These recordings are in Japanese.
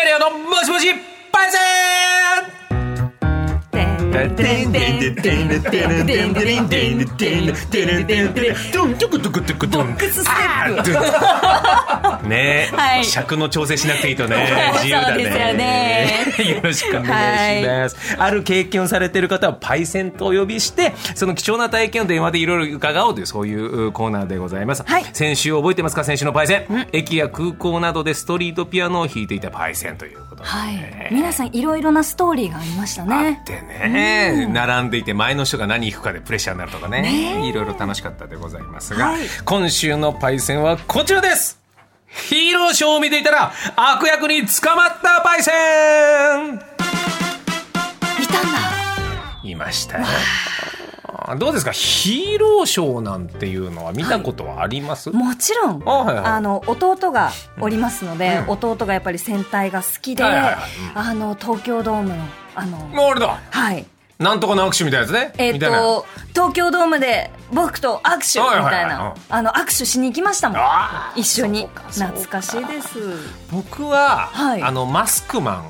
アレアのもしもしパイセンボックスステップねえ、はい尺の調整しなくていいとね 自由だねそうですよねよろしくお願いします、ある経験をされている方はパイセンとお呼びしてその貴重な体験を電話でいろいろ伺おうというそういうコーナーでございます、はい先週覚えてますか先週のパイセン、駅や空港などでストリートピアノを弾いていたパイセンということではい皆さんいろいろなストーリーがありましたあねってね、並んでいて前の人が何弾くかでプレッシャーになるとかねいろいろ楽しかったでございますが、はい今週のパイセンはこちらですヒーローショーを見ていたら悪役に捕まったパイセンいたんだいましたよどうですかヒーローショーなんていうのは見たことはあります、もちろんあはいはいあの弟がおりますので、うん弟がやっぱり戦隊が好きで、はいはいはいあの東京ドームのあの、もうあれだはいなんとかの握手みたいなやつねえっ、みたいなと東京ドームで僕と握手はいはいはいみたいうんなあの握手しに行きましたもんあー一緒にそうかそうか懐かしいです僕は、はいあのマスクマ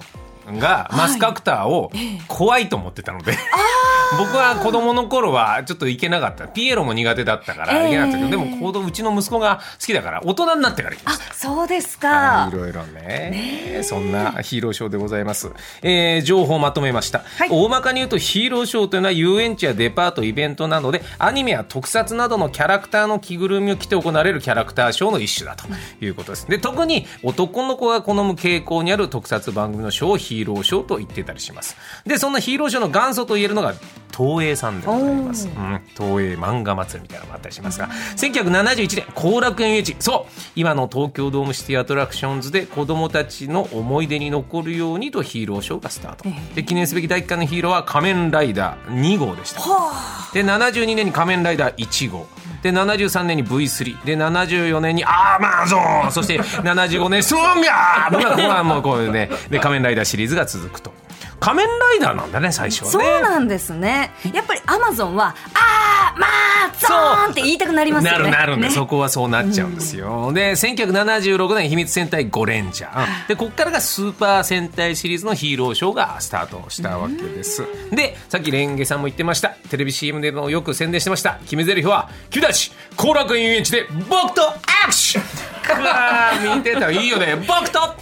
ンがいマスクアクターを怖いと思ってたので、 僕は子供の頃はちょっといけなかったピエロも苦手だったからええいけなかったけど、でも行動うちの息子が好きだから大人になってから行きまあした。そうですかいろいろねそんなヒーローショーでございます、えー情報をまとめました、い大まかに言うとヒーローショーというのは遊園地やデパートイベントなどでアニメや特撮などのキャラクターの着ぐるみを着て行われるキャラクターショーの一種だということですで特に男の子が好む傾向にある特撮番組のショーをヒーローショーと言ってたりしますでそんなヒーローショーの元祖と言えるのが東映さんでございますおーうん、東映漫画祭りみたいなのもあったりしますが、1971年後楽園ゆうちそう今の東京ドームシティアトラクションズで子供たちの思い出に残るようにとヒーローショーがスタート、ええで記念すべき第1回のヒーローは仮面ライダー2号でしたはで72年に仮面ライダー1号で73年に V3 で74年にアーマーゾーンそして75年ストロンガーまあここはもうこういうねで仮面ライダーシリーズが続くと仮面ライダーなんだね最初あはねそうなんですねやっぱりアマゾンは「あーまあゾーン!」って言いたくなりますよねなるなるんで、ねそこはそうなっちゃうんですよ、で1976年秘密戦隊ゴレンジャーでここからがスーパー戦隊シリーズのヒーローショーがスタートしたわけですでさっきレンゲさんも言ってましたテレビ CM でもよく宣伝してました決め台詞は「君たち後楽園遊園地で僕と握手!」うわー見てたらいいよね僕と握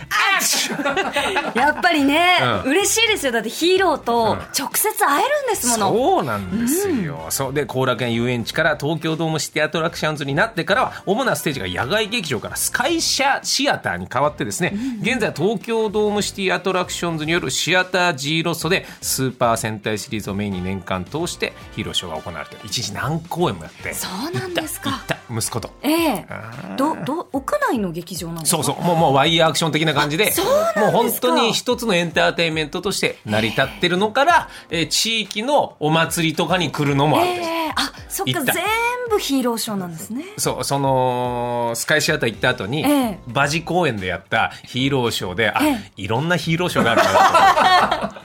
手やっぱりね、うん嬉しいですよだってヒーローと直接会えるんですもの、そうなんですよ、そうで後楽園遊園地から東京ドームシティアトラクションズになってからは主なステージが野外劇場からスカイシャシアターに変わってですね、現在は東京ドームシティアトラクションズによるシアター G ロストでスーパー戦隊シリーズをメインに年間通してヒーローショーが行われてる一時何公演もやってそうなんですか行った行った息子と。ええどど屋内の劇場なんですそかうそうもうもうワイヤーアクション的な感じでそうなんですかもう本当に一つのエンターテインメントとして成り立ってるのから、えー地域のお祭りとかに来るのもあるんですええあそっ行かった全部ヒーローショーなんですねそうそのスカイシアター行った後に、ええバジ公演でやったヒーローショーであ、えいろんなヒーローショーがあ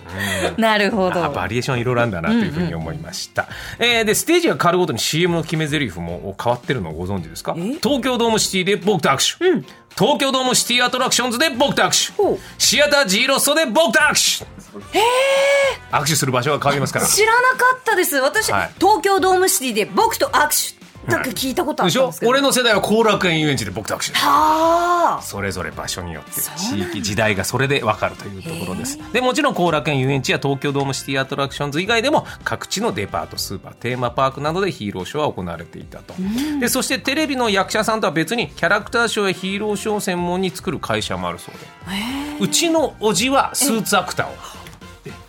るななるほとあ バリエーションいろいろあるんだなというふうに思いました、えーでステージが変わるごとに CM の決め台詞も変わってるのをご存知ですかえ東京ドームシティで僕と握手、東京ドームシティアトラクションズで僕と握ほう手シアタージーロストで僕と握手握手する場所が変わりますから知らなかったです私、はい東京ドームシティで僕と握手だけ聞いたことあでっしたんょですけど、俺の世代は後楽園遊園地で僕と握手ですはあそれぞれ場所によってそう地域時代がそれで分かるというところですでもちろん後楽園遊園地や東京ドームシティアトラクションズ以外でも各地のデパートスーパーテーマパークなどでヒーローショーは行われていたと、でそしてテレビの役者さんとは別にキャラクターショーやヒーローショーを専門に作る会社もあるそうでへえうちのおじはスーツアクターを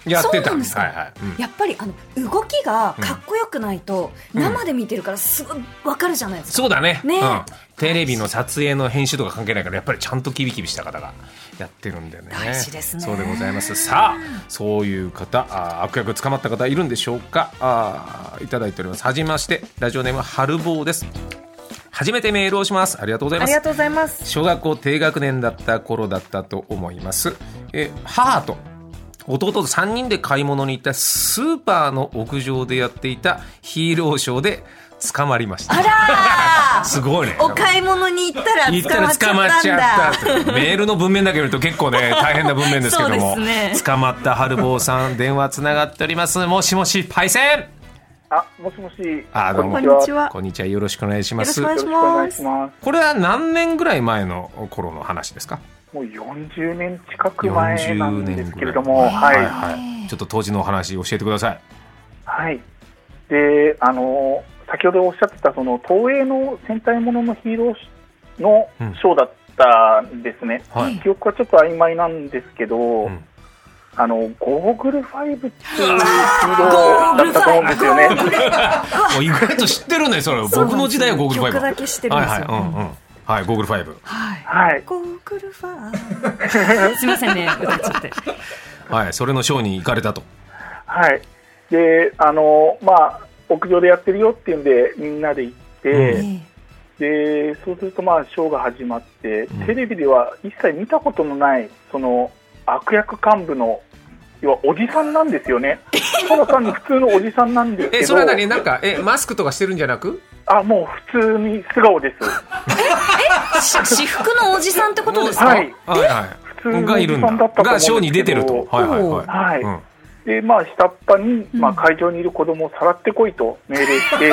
やってたんですそうはないんですかはい、うんやっぱりあの動きがかっこよくないと、生で見てるからすごいわかるじゃないですか、そうだねねうん、テレビの撮影の編集とか関係ないからやっぱりちゃんとキビキビした方がやってるんだよね大事ですねそうでございますさあそういう方あー悪役捕まった方いるんでしょうかあーいただいておりますはじめましてラジオネームはるぼうです初めてメールをしますありがとうございますとうございます小学校低学年だった頃だったと思いますえ母と弟と3人で買い物に行ったスーパーの屋上でやっていたヒーローショーで捕まりましたあらーすごいねお買い物に行ったら言った捕まらっちゃ捕まっちゃっったんただメールの文面だけ見ると結構ね大変な文面ですけども、そうですね捕まった春坊さん電話つながっておりますもしもしパイセンあ、もしもし。あどうもこんにちはこんにちはよろしくお願いしますよろよろしくお願いします。これは何年ぐらい前の頃の話ですかもう40年近く前な40年んぐらでいすけれども、はい、はいはい。はいちょっと当時のお話教えてくださいで、あの、先ほどおっしゃってた、その、東映の戦隊もののヒーローのうんショーだったんですね。はい記憶はちょっと曖昧なんですけど、んあの、ゴーグル5っていうヒーローだったと思うんですよね。お意外と知ってるねそれそうなんです僕の時代はゴーグル5曲だけ知ってるんですよはいはいうんうんはいゴーグル5はい はい。ゴーグルファーすいませんね歌っちゃってはいそれのショーに行かれたとはい。で、あの、まあ、屋上でやってるよっていうんで、みんなで行って、うんえでそうするとまあショーが始まって、うんテレビでは一切見たことのないその悪役幹部の要はおじさんなんです よねただ単に普通のおじさんなんですけどえそれは何なんかえマスクとかしてるんじゃなくあもう普通に素顔ですえし私服のおじさんってことですかはいはいは普通いのおがいじるんさんだだったと思うんですけどがショーに出てるとはいはいはいはい、うんでまあ下っ端に、まあ、会場にいる子供をさらってこいと命令 して、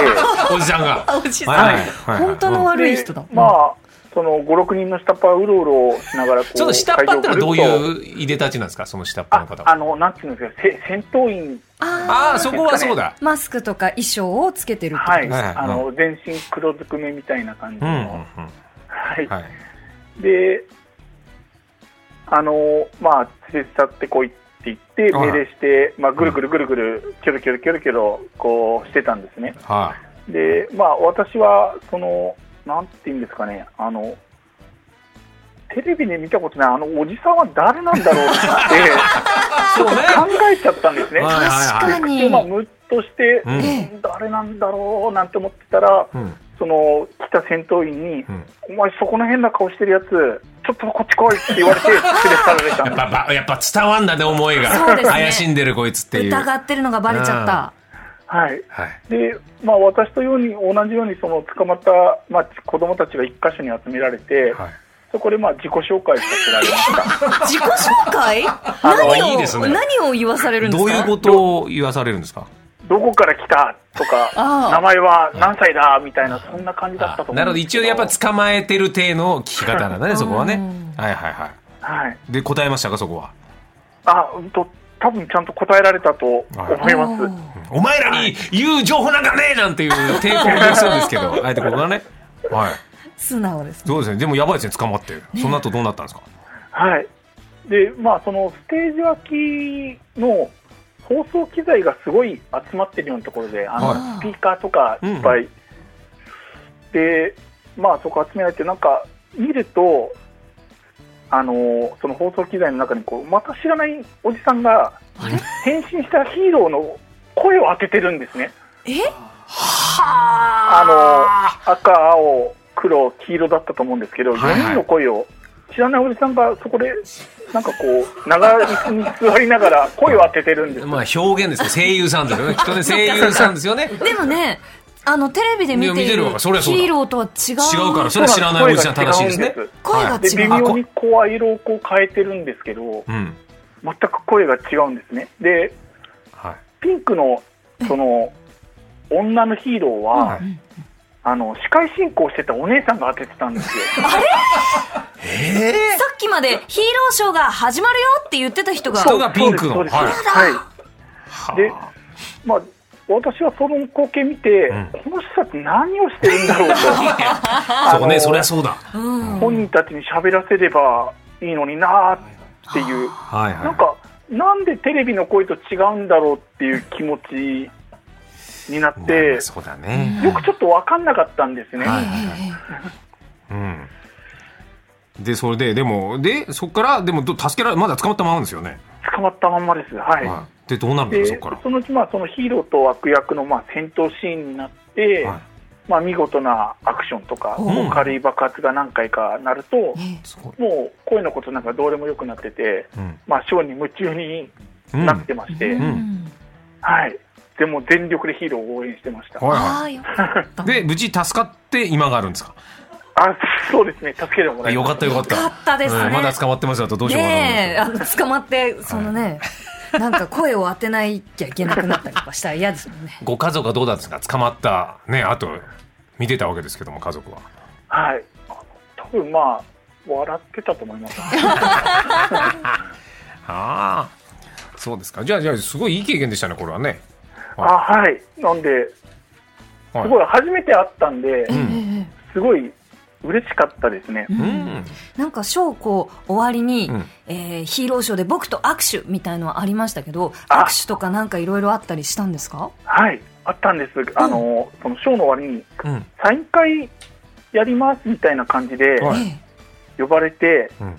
おじさんがあおじさはんいはいはい本当の悪い人だでまあその56人の下っ端をうろうろしながらこうちょっと下っ端ってのはどう会場をぐるっといういでたちなんですかその下っ端あの方はあのなんていうんですかせ戦闘員あああそこはそうだーマスクとか衣装をつけてるってことはでい、すはいあの全身黒ずくめみたいな感うじんの、うんうんはい、はいで、あのまあ、連れ去ってこいって言って、はい命令して、まあ、ぐるぐるぐるぐる、キョロキョロキョロキョロ、こうしてたんですね。はで、まあ、私は、その、なんていうんですかね、あの、テレビで見たことない、あのおじさんは誰なんだろうっ ていそうね考えちゃったんですね。はいはいは確かにで、まあ、むっとして、うんうん誰なんだろうなんて思ってたら、いうんその来た戦闘員に、うんお前、そこの変な顔してるやつ、ちょっとこっち来いって言われて、連れ去られたやんっ でぱばやっぱ伝わんだね思いがそうですね怪しんでるこいつっていう疑ってるのがバレちゃったす。はいはいでまあ、私とように同じようにその捕まった、まあ、子供たちが一箇所に集められて、はいそこでまあ自己紹介させられました。自己紹介あのいいで何すをね何を言わされるんでどすうかいうことを言わされるんですかどこから来たとあかあ、名前は何歳だみたいな、そんな感じだったと思うんですけど。なるほど一応やっぱ捕まえてる体の聞き方なんだねそこはねうんはいはいははい。いで答えましたかそこはあ、うんと、多分ちゃんと答えられたと思います。お前らに言う情報なんかねえなんていう抵抗もするんですけ ど、あえてここがね。はい。素直ですねそうですね。でもやばいですね、捕まって。その後どうなったんですかはい。で、まあ、そのステージ脇の放送機材がすごい集まってるようなところで、あの、はいスピーカーとかいっぱい。で、まあ、そこ集められて、なんか、見ると、あの、その放送機材の中に、こう、また知らないおじさんが、変身したヒーローの声を当ててるんですね。えあの赤、青、黒、黄色だったと思うんですけど、はいはい4人の声を知らないおじさんがそこで、なんかこう、長椅子に座りながら声を当ててるんです。まあ表現ですよ。声優さん ですよね。きっとね、声優さんですよね。でもねあのテレビで見ていいや見てるるヒわそりゃそうだーローとは違う違うから、それは知らないおじさん正しいですね声が違うんで。声がはい違うで、微妙に声色をこう変えてるんですけど、うん。全く声が違うんですね。で、はい。ピンクの、その、女のヒーローは、はいあの、司会進行してたお姉さんが当ててたんですよ。ええさっきまでヒーローショーが始まるよって言ってた人が人が ピンクの。そはういです。はい。ではまあ、私はその光景見て、んこの人たち何をしてるんだろうとあ。あそうのね、そりゃそうだ。うん本人たちに喋らせればいいのになーっていう、はいはい。なんか、なんでテレビの声と違うんだろうっていう気持ちになっまあ、て、そうだね。よくちょっと分かんなかったんですね。はいえうえん。で、それで、でも、で、そっから、でも、ど助けられ、まだ捕まったままなんですよね。捕まったまんまです。はい。はい。で、どうなるんでですか、そそっかのうち、まあ、そのヒーローと悪役のまあ戦闘シーンになって、ら。はい。まあ、見事なアクションとか、うん軽い爆発が何回かなると、えすごい。もう声のことなんかどうでもよくなってて、うん。まあ、ショーに夢中にうんなってまして、えうんんはい、でも全力でヒーローを応援してました。はいあはあよかっい。で、無事助かって今があるんですかあ、そうですね。助けてもらいよまかったよかった。よかったですねうんまだ捕まってますよとどたうしようかと思いましねえあの捕まってそのね、なんか声を当てないきゃいけなくなったりとかしたら嫌ですもんねたご家族はどうだったんですか捕まった、ね、あと、見てたわけですけども、家族は。はい。あの多分まあ、笑ってたと思います。ああ、そうですか。じゃあ、じゃあ、すごいいい経験でしたね、これはね。あ、はい。なんで、はすごい初めて会ったんでう、んええすごい嬉しかったですね。うん。なんか賞こう終わりに、うんえーヒーローショーで僕と握手みたいのはありましたけどあ握手とかなんかいろいろあったりしたんですかはい。あったんです。あの、そのショーの終わりに、うん。サイン会やりますみたいな感じではいえ呼ばれて、うん。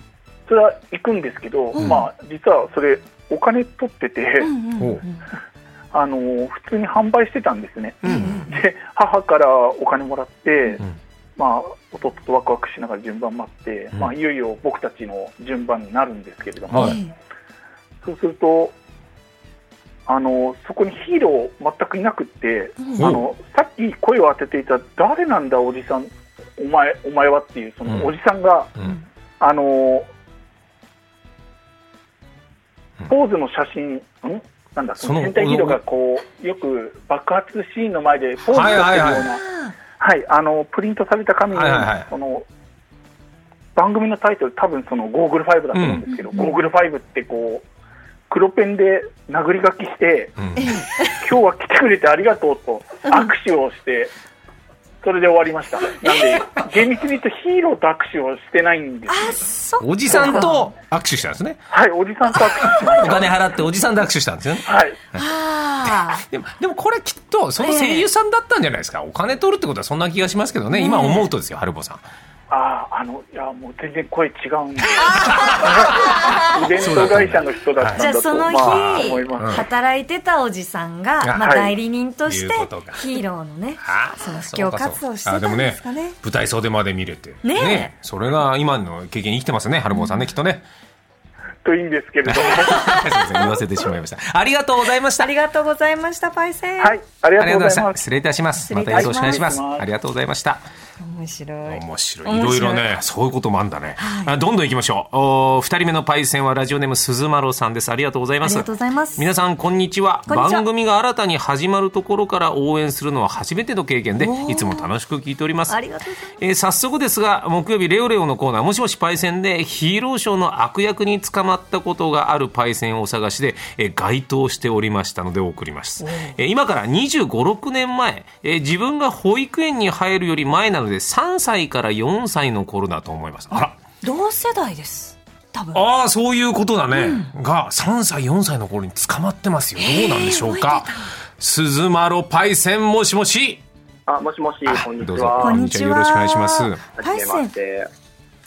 それは行くんですけど、うんまあ、実はそれ、お金取ってて、えうんうんうんあの、普通に販売してたんですね。うんうんで、母からお金もらって、うんまあ、弟とワクワクしながら順番待って、うんまあ、いよいよ僕たちの順番になるんですけれども、はいええそうするとあのそこにヒーロー全くいなくって、うんあのさっき声を当てていた誰なんだおじさんお前お前はっていうそうんのおじさんが、うん。あのうんポーズの写真んなんだそそのの変態ヒーローがこうよく爆発シーンの前でポーズをしてるような、ははいいはいはいあのプリントされた紙に、はいはいはいその番組のタイトル多分そのゴーグル5だと思うんですけど、うんゴーグル5ってこう黒ペンで殴り書きしてうんええ今日は来てくれてありがとうと握手をして、それで終わりました。なんで、厳密に言うとヒーローと握手をしてないんです。あそっかおじさんと握手したんですね。はい、おじさんと握手しまおした。金払っておじさんと握手したんですよね。はい。あ でも、でもこれきっと、その声優さんだったんじゃないですか。お金取るってことはそんな気がしますけどね。ねえ今思うとですよ、春ルさん。ああ、あの、いや、もう全然声違うんで。イベント会社の人だったあんじゃだあと、その日、まあ、思います。働いてたおじさんが、あまあ、はい代理人としていうことかヒーローのねあその布教活動をしてたんですかあねでもね舞台袖まで見れてねえそれが今の経験生きてますね春坊さんね、きっと ねといいんですけれども。すいません言わせてしまいましたありがとうございましたありがとうございましたパイセン、はい、ありがとうございます。失礼いたします失礼まいたたよしろますしくお願いしますお願いしますありがとうございました面白い面白いい面ろ白いいろねそういうこともあんだね、はいあどんどん行きましょうお二人目のパイセンはラジオネーム鈴丸さんですありがとうございあまりすがとうございます皆さんこんにちはこんにちは番組が新たに始まるところから応援するのは初めての経験でおーいつも楽しく聞いておりますありがとうございますえー早速ですが木曜日レオレオのコーナーもしもしパイセンでヒーローショーの悪役に捕まったことがあるパイセンをお探しで、えー該当しておりましたので送ります、えー今から2 5 6年前、えー自分が保育園に入るより前なので3歳から4歳の頃だと思いますあら同世代です多分ああそういうことだね、が3歳4歳の頃に捕まってますよどうなんでしょうか鈴丸パイセンもしもしあ、もしもし、こんにちどうぞは。こんにちはよろしくお願いしますパイ初めセまンして、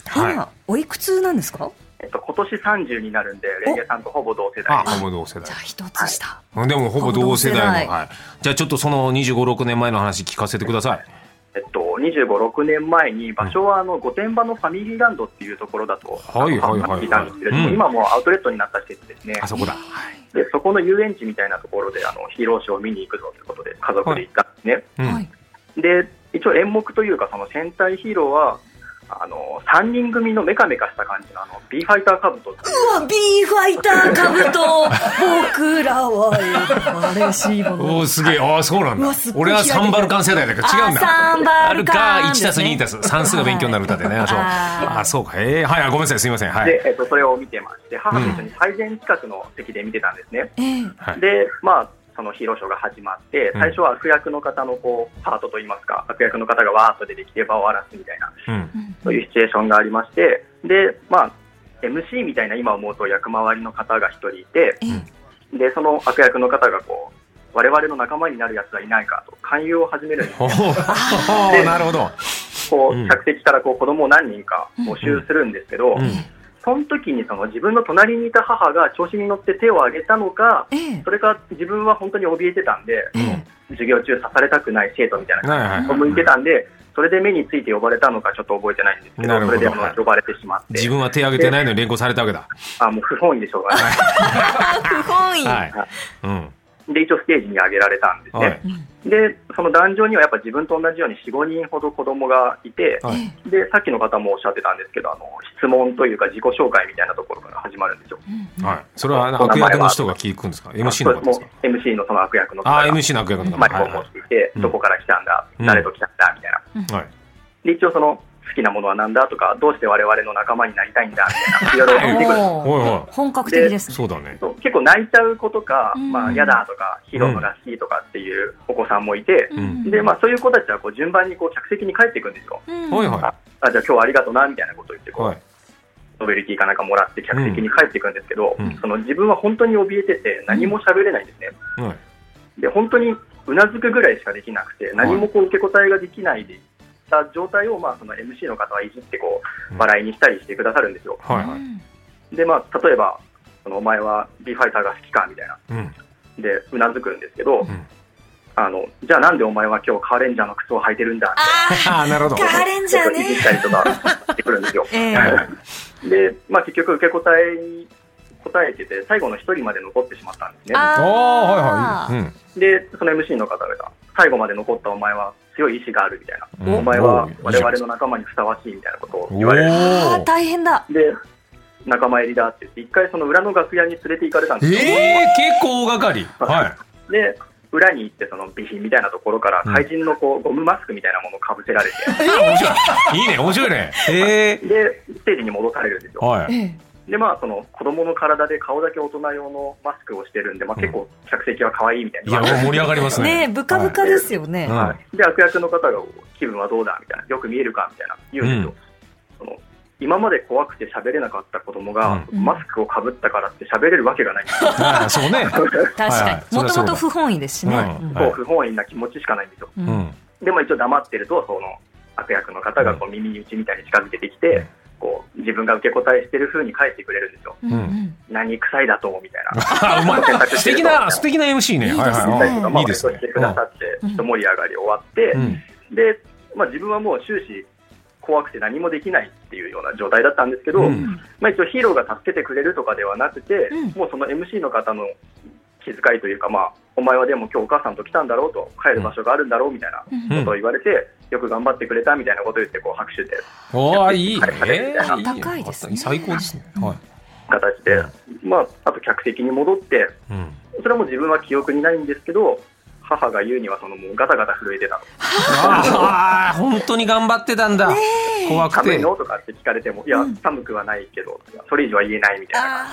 はい今おいくつなんですかえっと、今年30になるんで、レンゲさんとほぼ同世代あです。ほぼ同世代じゃあ一つ下、うんでもほぼ同世代ほぼ同世代の、はい、じゃあちょっとその25、6年前の話聞かせてください。えっと、25、6年前に、場所はあの御殿場のファミリーランドっていうところだと、はいはいはいはいいたんですけれども、うん今もうアウトレットになった施設ですね。あそこだ。で、そこの遊園地みたいなところで、あの、ヒーローショーを見に行くぞということで、家族で行ったんですね。うんはいで、一応演目というか、その戦隊ヒーローは、あの、3人組のメカメカした感じの、あの、ビーファイターカブトっていううわビーファイターカブト僕らは呼ばれしおおすげえ、ああそうなんだうわすっ。ごい俺はサンバルカン世代だけど違うんだ。あサンバルカあンるか、1たす2たす算数が勉強になる歌でね。あそうはいあそうか。ええはいあ、ごめんなさい、すいません。はい。で、えっと、それを見てまして、母と一緒に最前近くの席で見てたんですね。ええはいで、まあ、そのヒーローショーが始まって、うん最初は悪役の方のこうパートといいますか、悪役の方がわーっと出てきて場を荒らすみたいな、うん。そういうシチュエーションがありまして、で、まあ、MC みたいな今思うと役回りの方が一人いて、で、その悪役の方がこう、我々の仲間になる奴はいないかと勧誘を始めるんですおねおなるほど。こうんう客席からこう子供を何人か募集するんですけど、うん。その時にその自分の隣にいた母が調子に乗って手を挙げたのか、ええそれか自分は本当に怯えてたんで、授業中刺されたくない生徒みたいなはいはい感じを向いてたんで、それで目について呼ばれたのかちょっと覚えてないんですけなるど、ほどそれであのはい呼ばれてしまって、自分は手挙げてないのに連行されたわけだ。あもう不本意でしょうがない。不本意、はい。うん。で、一応ステージに上げられたんですね。はいで、その壇上にはやっぱ自分と同じように4、5人ほど子供がいて、はいえで、さっきの方もおっしゃってたんですけど、あの、質問というか自己紹介みたいなところから始まるんですよ。えはい。それはあの悪役の人が聞くんですか ?MC の方ですかそれも MC のその悪役の方ああ、が MC の悪役の方。マはイいクを持っていて、うんどこから来たんだ、うん誰と来たんだ、みたいな。はい。はいで、一応その、好きなものは何だとか、どうして我々の仲間になりたいんだ、みたいな、いろいろ聞いてくるんですおおーいお本格的ですい。ね。そうだね。そう結構泣いちゃう子とか、うんまあ、嫌だとか、ヒロのらしいとかっていうお子さんもいて、うんで、まあ、そういう子たちはこう順番にこう客席に帰っていくんですよ。うんはいはあ、じゃあ今日はありがとうな、みたいなこと言って、い。こう、はい。ノベルティかなんかもらって客席に帰っていくんですけど、うんその自分は本当に怯えてて、何も喋れないんですね。はい。で、本当にうなずくぐらいしかできなくて、何もこう受け答えができないでいた状態を、まあ、その MC の方はいじって、こうんう、笑いにしたりしてくださるんですよ。はいはい。で、まあ、例えば、そのお前は B ファイターが好きか、みたいな。うん。で、うなずくんですけど、んあの、じゃあなんでお前は今日カーレンジャーの靴を履いてるんだっあああ、なるほー、ど。カーレンジて、ャーいじっね。。たりとかしてくるんですよ ええ で、まあ結局受け答えに答えてて、最後の一人まで残ってしまったんですね。ああ、あーはいはい。で、その MC の方が、最後まで残ったお前は強い意志があるみたいな、うんお前はおー我々の仲間にふさわしいみたいなことをうん。言われる。あー大変だ。で、仲間入りだって言って、一回その裏の楽屋に連れて行かれたんですよ。ええー、結構大掛かり。はで、裏に行って、その備品みたいなところから、うん怪人のこうゴムマスクみたいなものをかぶせられて、 い。面白い。いいね、面白いね。ええで、ステージに戻されるんですよ。はい。えで、まあ、その子供の体で顔だけ大人用のマスクをしてるんで、まあ、結構客席は可愛いみたいいや、な。もう盛り上がりますえねえ、ね。ブカブカですよね。うんはい、で、悪役の方が気分はどうだみたいな、よく見えるかみたいな言うんですよ。その今まで怖くて喋れなかった子供が、うんマスクをかぶったからって喋れるわけがないんですよ。ああ、そうね。確はいかはいに。もそともりゃそうとだ不本意ですしね。うんうんはいこう不本意な気持ちしかないんですよ。ううんん。でも一応黙ってると、その悪役の方がこう耳に内みたいに近づけてきて、こう自分が受け答えしてる風に返してくれるんですよ。うんうん何臭いだとみたいな。ああ、 うまい。素敵な、素敵な MC ね。いいですねはい言ったりとはいうん。かまいあいですそうねして。くださって、うん一盛り上がり終わって、うん。で、まあ、自分はもう終始、怖くて何もできないっていうような状態だったんですけど、うんまあ、一応ヒーローが助けてくれるとかではなくて、うんもうその MC の方の気遣いというか、まあ、お前はでも今日お母さんと来たんだろうと、帰る場所があるんだろうみたいなこうんとを言われて、よく頑張ってくれたみたいなことを言って、こう拍手でおおいいね。あったかいですねいい最高ですね。はい。形で、まあ、あと客席に戻って、 うん。それはもう自分は記憶にないんですけど、母が言うにはそのもうガタガタ震えてたとああ、本当に頑張ってたんだ。怖く寒いて。のとかって聞かれても、いや、寒くはないけど、それ以上は言えないみたいな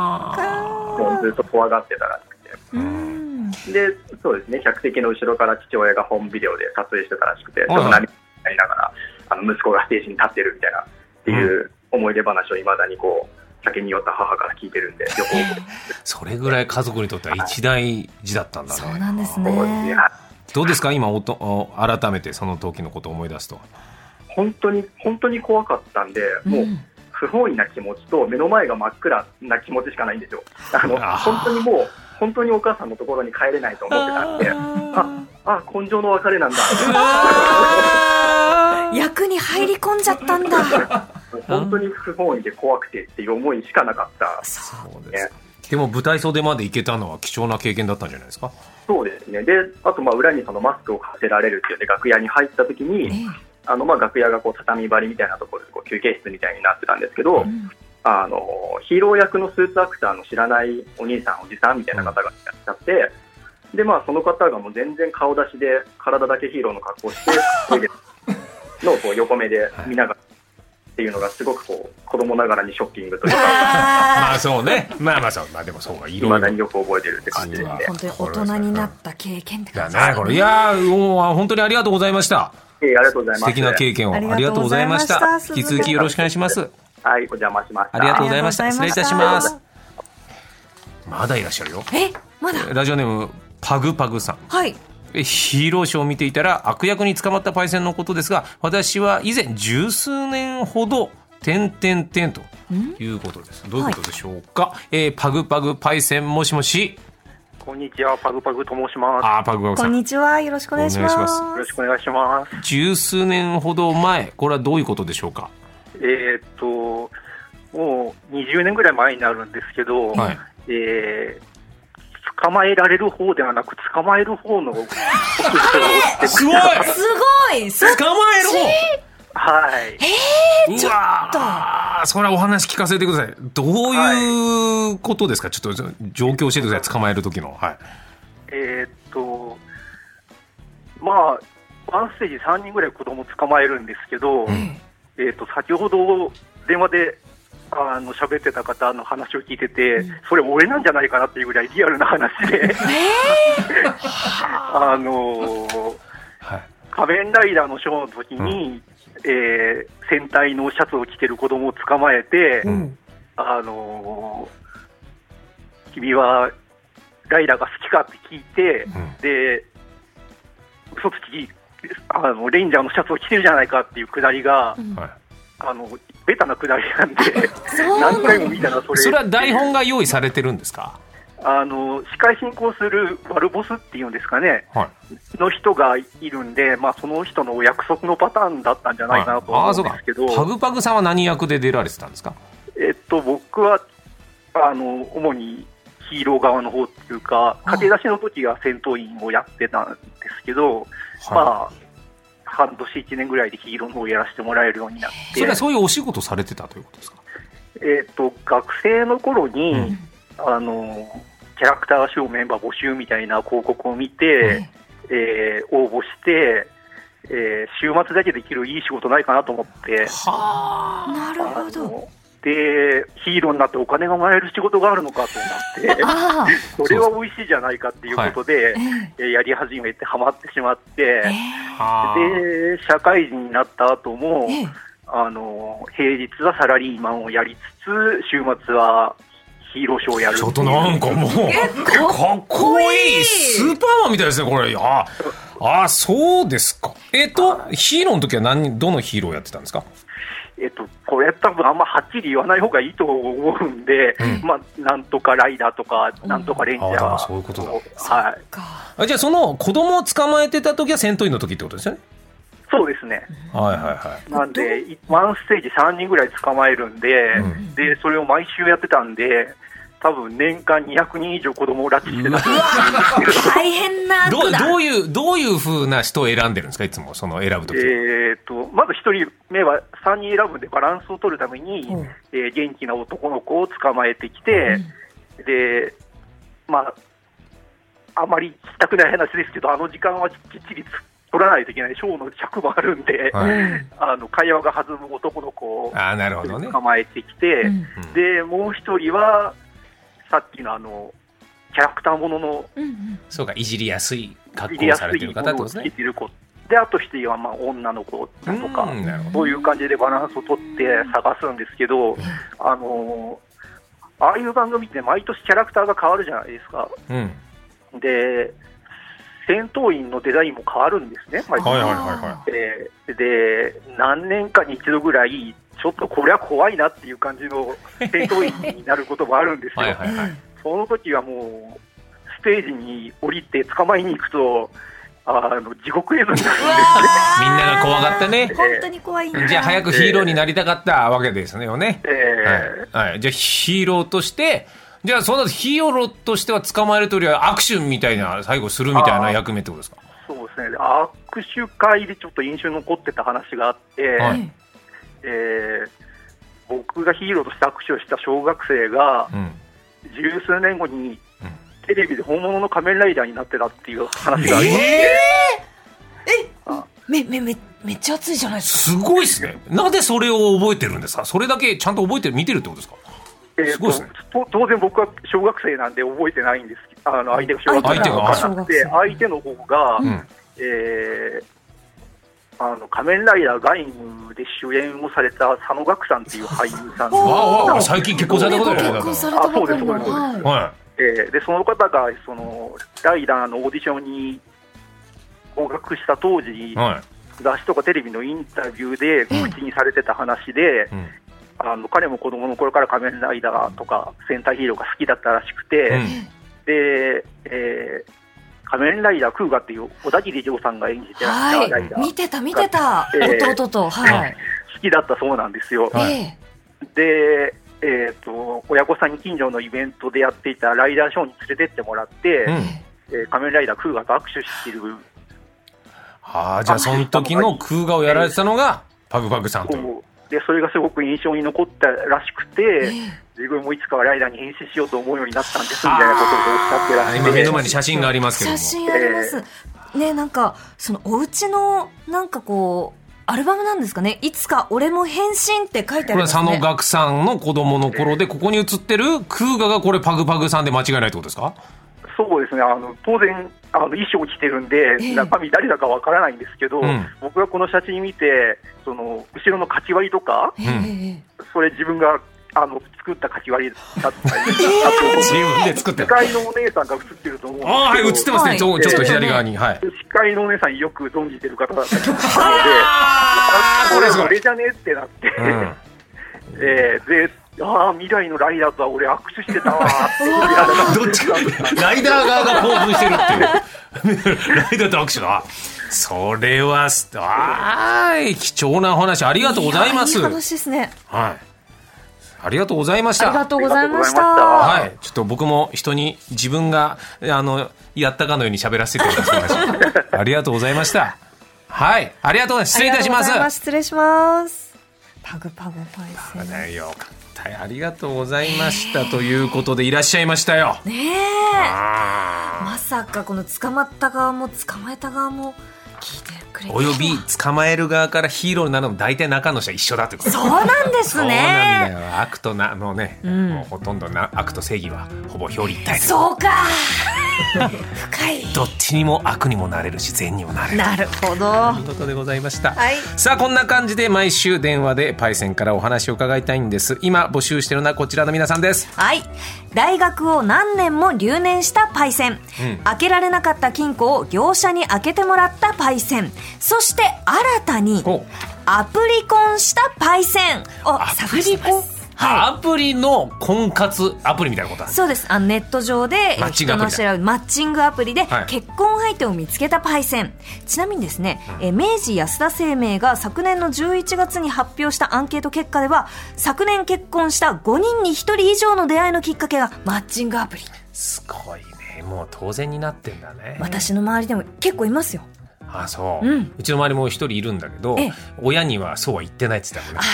あもうずっと怖がってたらしくて。うんで、そうですね、客席の後ろから父親がホームビデオで撮影してたらしくて、いちょっと涙になりながら、あの息子がステージに立ってるみたいな、っていう思い出話をいまだにこう、酒に酔った母から聞いてるんで、よく覚えてあ、それぐらい家族にとっては一大事だったんだね。そうなんですまねすね。はいどうですか今おとお改めてその時のことを思い出すと。本当に、本当に怖かったんで、もううん不本意な気持ちと、目の前が真っ暗な気持ちしかないんですよ。あの、あー本当にもう、本当にお母さんのところに帰れないと思ってたんで、あ、あ、根性の別れなんだ。役に入り込んじゃった んだ。本当に不本意で怖くてっていう思いしかなかった。そうですか。でも舞台袖まで行けたのは貴重な経験だったんじゃないですか。そうですね。で、あと、まあ、裏にそのマスクをかせられるっていうで、楽屋に入った時えに、あの、まあ、楽屋がこう、畳張りみたいなところで、こう、休憩室みたいになってたんですけど、んあの、ヒーロー役のスーツアクターの知らないお兄さん、おじさんみたいな方がいらっしゃって、で、まあ、その方がもう全然顔出しで、体だけヒーローの格 好して、トイレのこう横目で見ながら、っていうのがすごくこう、子供ながらにショッキングというか、まああそうね。まあまあそう。まあでもそうか。いろ未いろだ。によく覚えてるって感じですうわねー。本当に大人になった経験ってだ感じですね、これ。いやー、もう本当にありがとうございました。ええありがとうござい素ます。敵な経験をあありりががとうとうごござざいいままししたた。鈴引木き続きよろしくお願いします。はい、お邪魔しました。ありがとうございました。あり失礼いがとたうごしざいまましたす。まだいらっしゃるよ。え、まだ。ラジオネーム、パグパグさん。はい。ヒーローショーを見ていたら悪役に捕まったパイセンのことですが私は以前十数年ほど点点点ということですどういうことでしょうか、えーパグパグパイセンもしもしこんにちは、パグパグと申します。あーパグパグこさんんにちは。よろしくお願いしまお願いすし。よろしくお願いします。十数年ほど前これはどういうことでしょうかえーっと、もう20年ぐらい前になるんですけど、はいえー捕まえられる方ではなく、捕まえる方の、すごいすごいそ捕まえるはい。方うわーそれはお話聞かせてくださいどういうことですかちょっと状況教えてください捕まえる時のはいえーっと、まあ、ワンステージ3人ぐらい子供捕まえるんですけど、んえーっと、先ほど電話で、あの、喋ってた方の話を聞いてて、それ俺なんじゃないかなっていうぐらいリアルな話で、 あのーはい仮面ライダーのショーの時に、えー戦隊のシャツを着てる子供を捕まえて、んあのー君はライダーが好きかって聞いて、んで、嘘つき、あの、レンジャーのシャツを着てるじゃないかっていうくだりはが、いあの、ベタなくだりなんで、そうなん何回も見たらそれ、それは台本が用意されてるんですかあの、司会進行するバルボスっていうんですかね、はいの人がいるんで、まあ、その人のお約束のパターンだったんじゃないかなとああ思そううんかですけど、パグパグさんは何役で出られてたんですかえっと、僕はあの主にヒーロー側の方っていうか、駆け出しの時は戦闘員をやってたんですけど、まあ、半年、1年ぐらいでヒーローの方をやらせてもらえるようになっそてれは、そういうお仕事されてたということですかえっと学生の頃に、うんあのキャラクター賞メンバー募集みたいな広告を見て、えー応募して、えー週末だけできるいい仕事ないかなと思って。はなるほあどのでヒーローになってお金がもらえる仕事があるのかと思ってああそれは美味しいじゃないかっていうことで、えええーやり始めてハマってしまってえあはあで社会人になった後もえええあの平日はサラリーマンをやりつつ週末はヒーローショーをやるちょっとなんかもうかかっこいいスーパーマンみたいですねこれああそうですかえっとヒーローの時は何どのヒーローやってたんですかえっと、これ多分あんまはっきり言わない方がいいと思うんで、まあ、なんとかライダーとか、なんとかレンジャあでもー。そういうことだはい。かあじゃあその子供を捕まえてた時は戦闘員の時ってことですよねそうですね。はいはいはいなんで、いワンステージ3人ぐらい捕まえるんで、うんで、それを毎週やってたんで、多分年間200人以上子供を拉致してたと思うんですけど。大変など後うだどういうどういう風な人を選んでるんですかいつもその選ぶ時はえー、とまず1人目は3人選ぶんでバランスを取るために、えー元気な男の子を捕まえてきて、でまあ、あまり聞きたくない話ですけどあの時間はきっちり取らないといけないショーの尺もあるんで、はいあの会話が弾む男の子をああなるほどね捕まえてきて、うんでもう1人はさっきのあのキャラクターもののうんうんそうかいじりやすい格好入れをやされすているも方ってのこをとつでけすねてる子であと1人はまあ女の子とか。うんなるほどそういう感じでバランスを取って探すんですけど、あのーああいう番組って毎年キャラクターが変わるじゃないですか。うんで、戦闘員のデザインも変わるんですね、毎年はいはいはいはいえーで、何年かに一度ぐらい、ちょっとこれは怖いなっていう感じの戦闘員になることもあるんですよ。はいはいはいその時はもう、ステージに降りて捕まえに行くと、あの地獄絵図になるんですね。 みんなが怖がったね本当に怖いんだじゃあ早くヒーローになりたかったわけですねよねえーはい、はい、じゃあヒーローとしてじゃあそのヒーローとしては捕まえるというよりはアクションみたいな最後するみたいな役目ってことですかそうですね、握手会でちょっと印象に残ってた話があって、はいえー僕がヒーローとして握手をした小学生が、うん十数年後にテレビで本物の仮面ライダーになってたっていう話があります。えめめめめっちゃ熱いじゃないでー、すすかごいですねなぜそれを覚えてるんですかそれだけちゃんと覚えてる見てるってことですかえーとすごいですねと当然僕は小学生なんで覚えてないんですけどあの相手が小学生なのかなって相手が相手の方が、んえーあの仮面ライダーガイムで主演をされた佐野岳さんっていう俳優さんわあわあわあが最近結婚されたことやね結婚されたばかりのあそうですそうはいはえーでその方がそのライダーのオーディションに合格した当時い、は雑誌とかテレビのインタビューで口にされてた話でい、、うんあの彼も子供の頃から仮面ライダーとか戦隊ヒーローが好きだったらしくて、うんで、えー仮面ライダークーガっていう小田切丈さんが演じてらはっしゃるライダい、ー、見てた見てた、ええ弟とはい、好きだったそうなんですよ。はいえで、えー、と親御さんに近所のイベントでやっていたライダーショーに連れてってもらって、うん。えー仮面ライダークーガーと握手してるああ、じゃあその時の空画をやられてたのが、パグパグさんという。こうでそれがすごく印象に残ったらしくて、自分もいつかはライダーに変身しようと思うようになったんですみたいなことをおっしゃってら今目の前っしに写真がありますけども写。真あります。ね、なんか、その、お家の、なんかこう、アルバムなんですかね。いつか俺も変身って書こいてありれまはす佐野ね。岳さんの子供の頃で、ここに写ってる空画がこれパグパグさんで間違いないってことですかゃそうですねあの当然あの衣装着てるんで、ええ中身誰だかわからないんですけど、うん僕がこの写真見てその後ろのかき割りとかんええそれ自分があの作ったかき割りだった り、自分で作ってる。あ司会のお姉さんが映ってると思うんですけどあ、はい、写ってますね。ちょはいちょっと左側に。はい。司会のお姉さんよく存じてる方だ ったりとかしてああ、これすあごい。俺じゃねえってなって、うん。えーで、ああ、未来のライダーとは俺握手してたわーって言いながらどっちか、ライダー側が興奮してるっていう。 ライダーと握手だ。それはす、あーい、貴重なお話ありがとうございます。やはーいいい。話ですね。ありがとうございましありがた。とうございました。あはい。ちょっと僕も人に自分が、あの、やったかのように喋らせてくださいました。ありがとうございました。はい。ありがとうございます。失礼いたしまありがとうございす。失礼します。パグパグパイセン。ねねよかったよありがとうございました。ということで、いらっしゃいましたよ。え。あーまさかこの捕まった側も捕まえた側も聞いてくれてるおよび捕まえる側からヒーローになるのも大体中の人は一緒だってことそうなんですそうなんだね。よ悪となもうね、んもうほとんどな悪と正義はほぼ表裏一体だそうか。 深い。どっちにも悪にもなれるし善にもなれるなるほど。ということでございました、はいさあこんな感じで毎週電話でパイセンからお話を伺いたいんです今募集しているのはこちらの皆さんですはい。大学を何年も留年したパイセン。開けられなかった金庫を業者に開けてもらったパイセン。そして新たにおアプリコンしたパイセンをアプ探しリてまコンす。アプリの婚活アプリみたいなことだそうですあのネット上でえーマッチングアプリだ人の知らないマッチングアプリではい結婚相手を見つけたパイセンちなみにですね、えー明治安田生命が昨年の11月に発表したアンケート結果では昨年結婚した5人に1人以上の出会いのきっかけがマッチングアプリすごいねもう当然になってんだね私の周りでも結構いますよあそう、うんちの周りも一人いるんだけどええ親にはそうは言ってないって言ってたから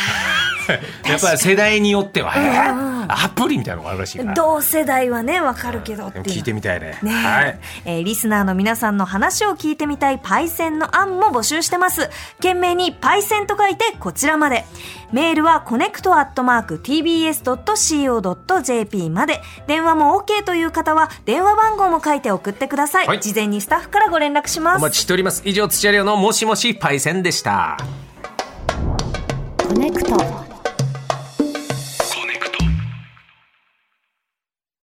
ね やっぱり世代によっては、えうんうんうんアプリみたいなのがあるらしいから同世代はねわかるけどってでもいう聞いてみたいねねえ、はいえーリスナーの皆さんの話を聞いてみたいパイセンの案も募集してます。懸命にパイセンと書いてこちらまで。メールはコネクトアットマーク tbs.co.jp まで。電話も OK という方は電話番号も書いて送ってください。はい事前にスタッフからご連絡しまお待す。ちしております以上土屋亮のもしもしパイセンでしたコネクト。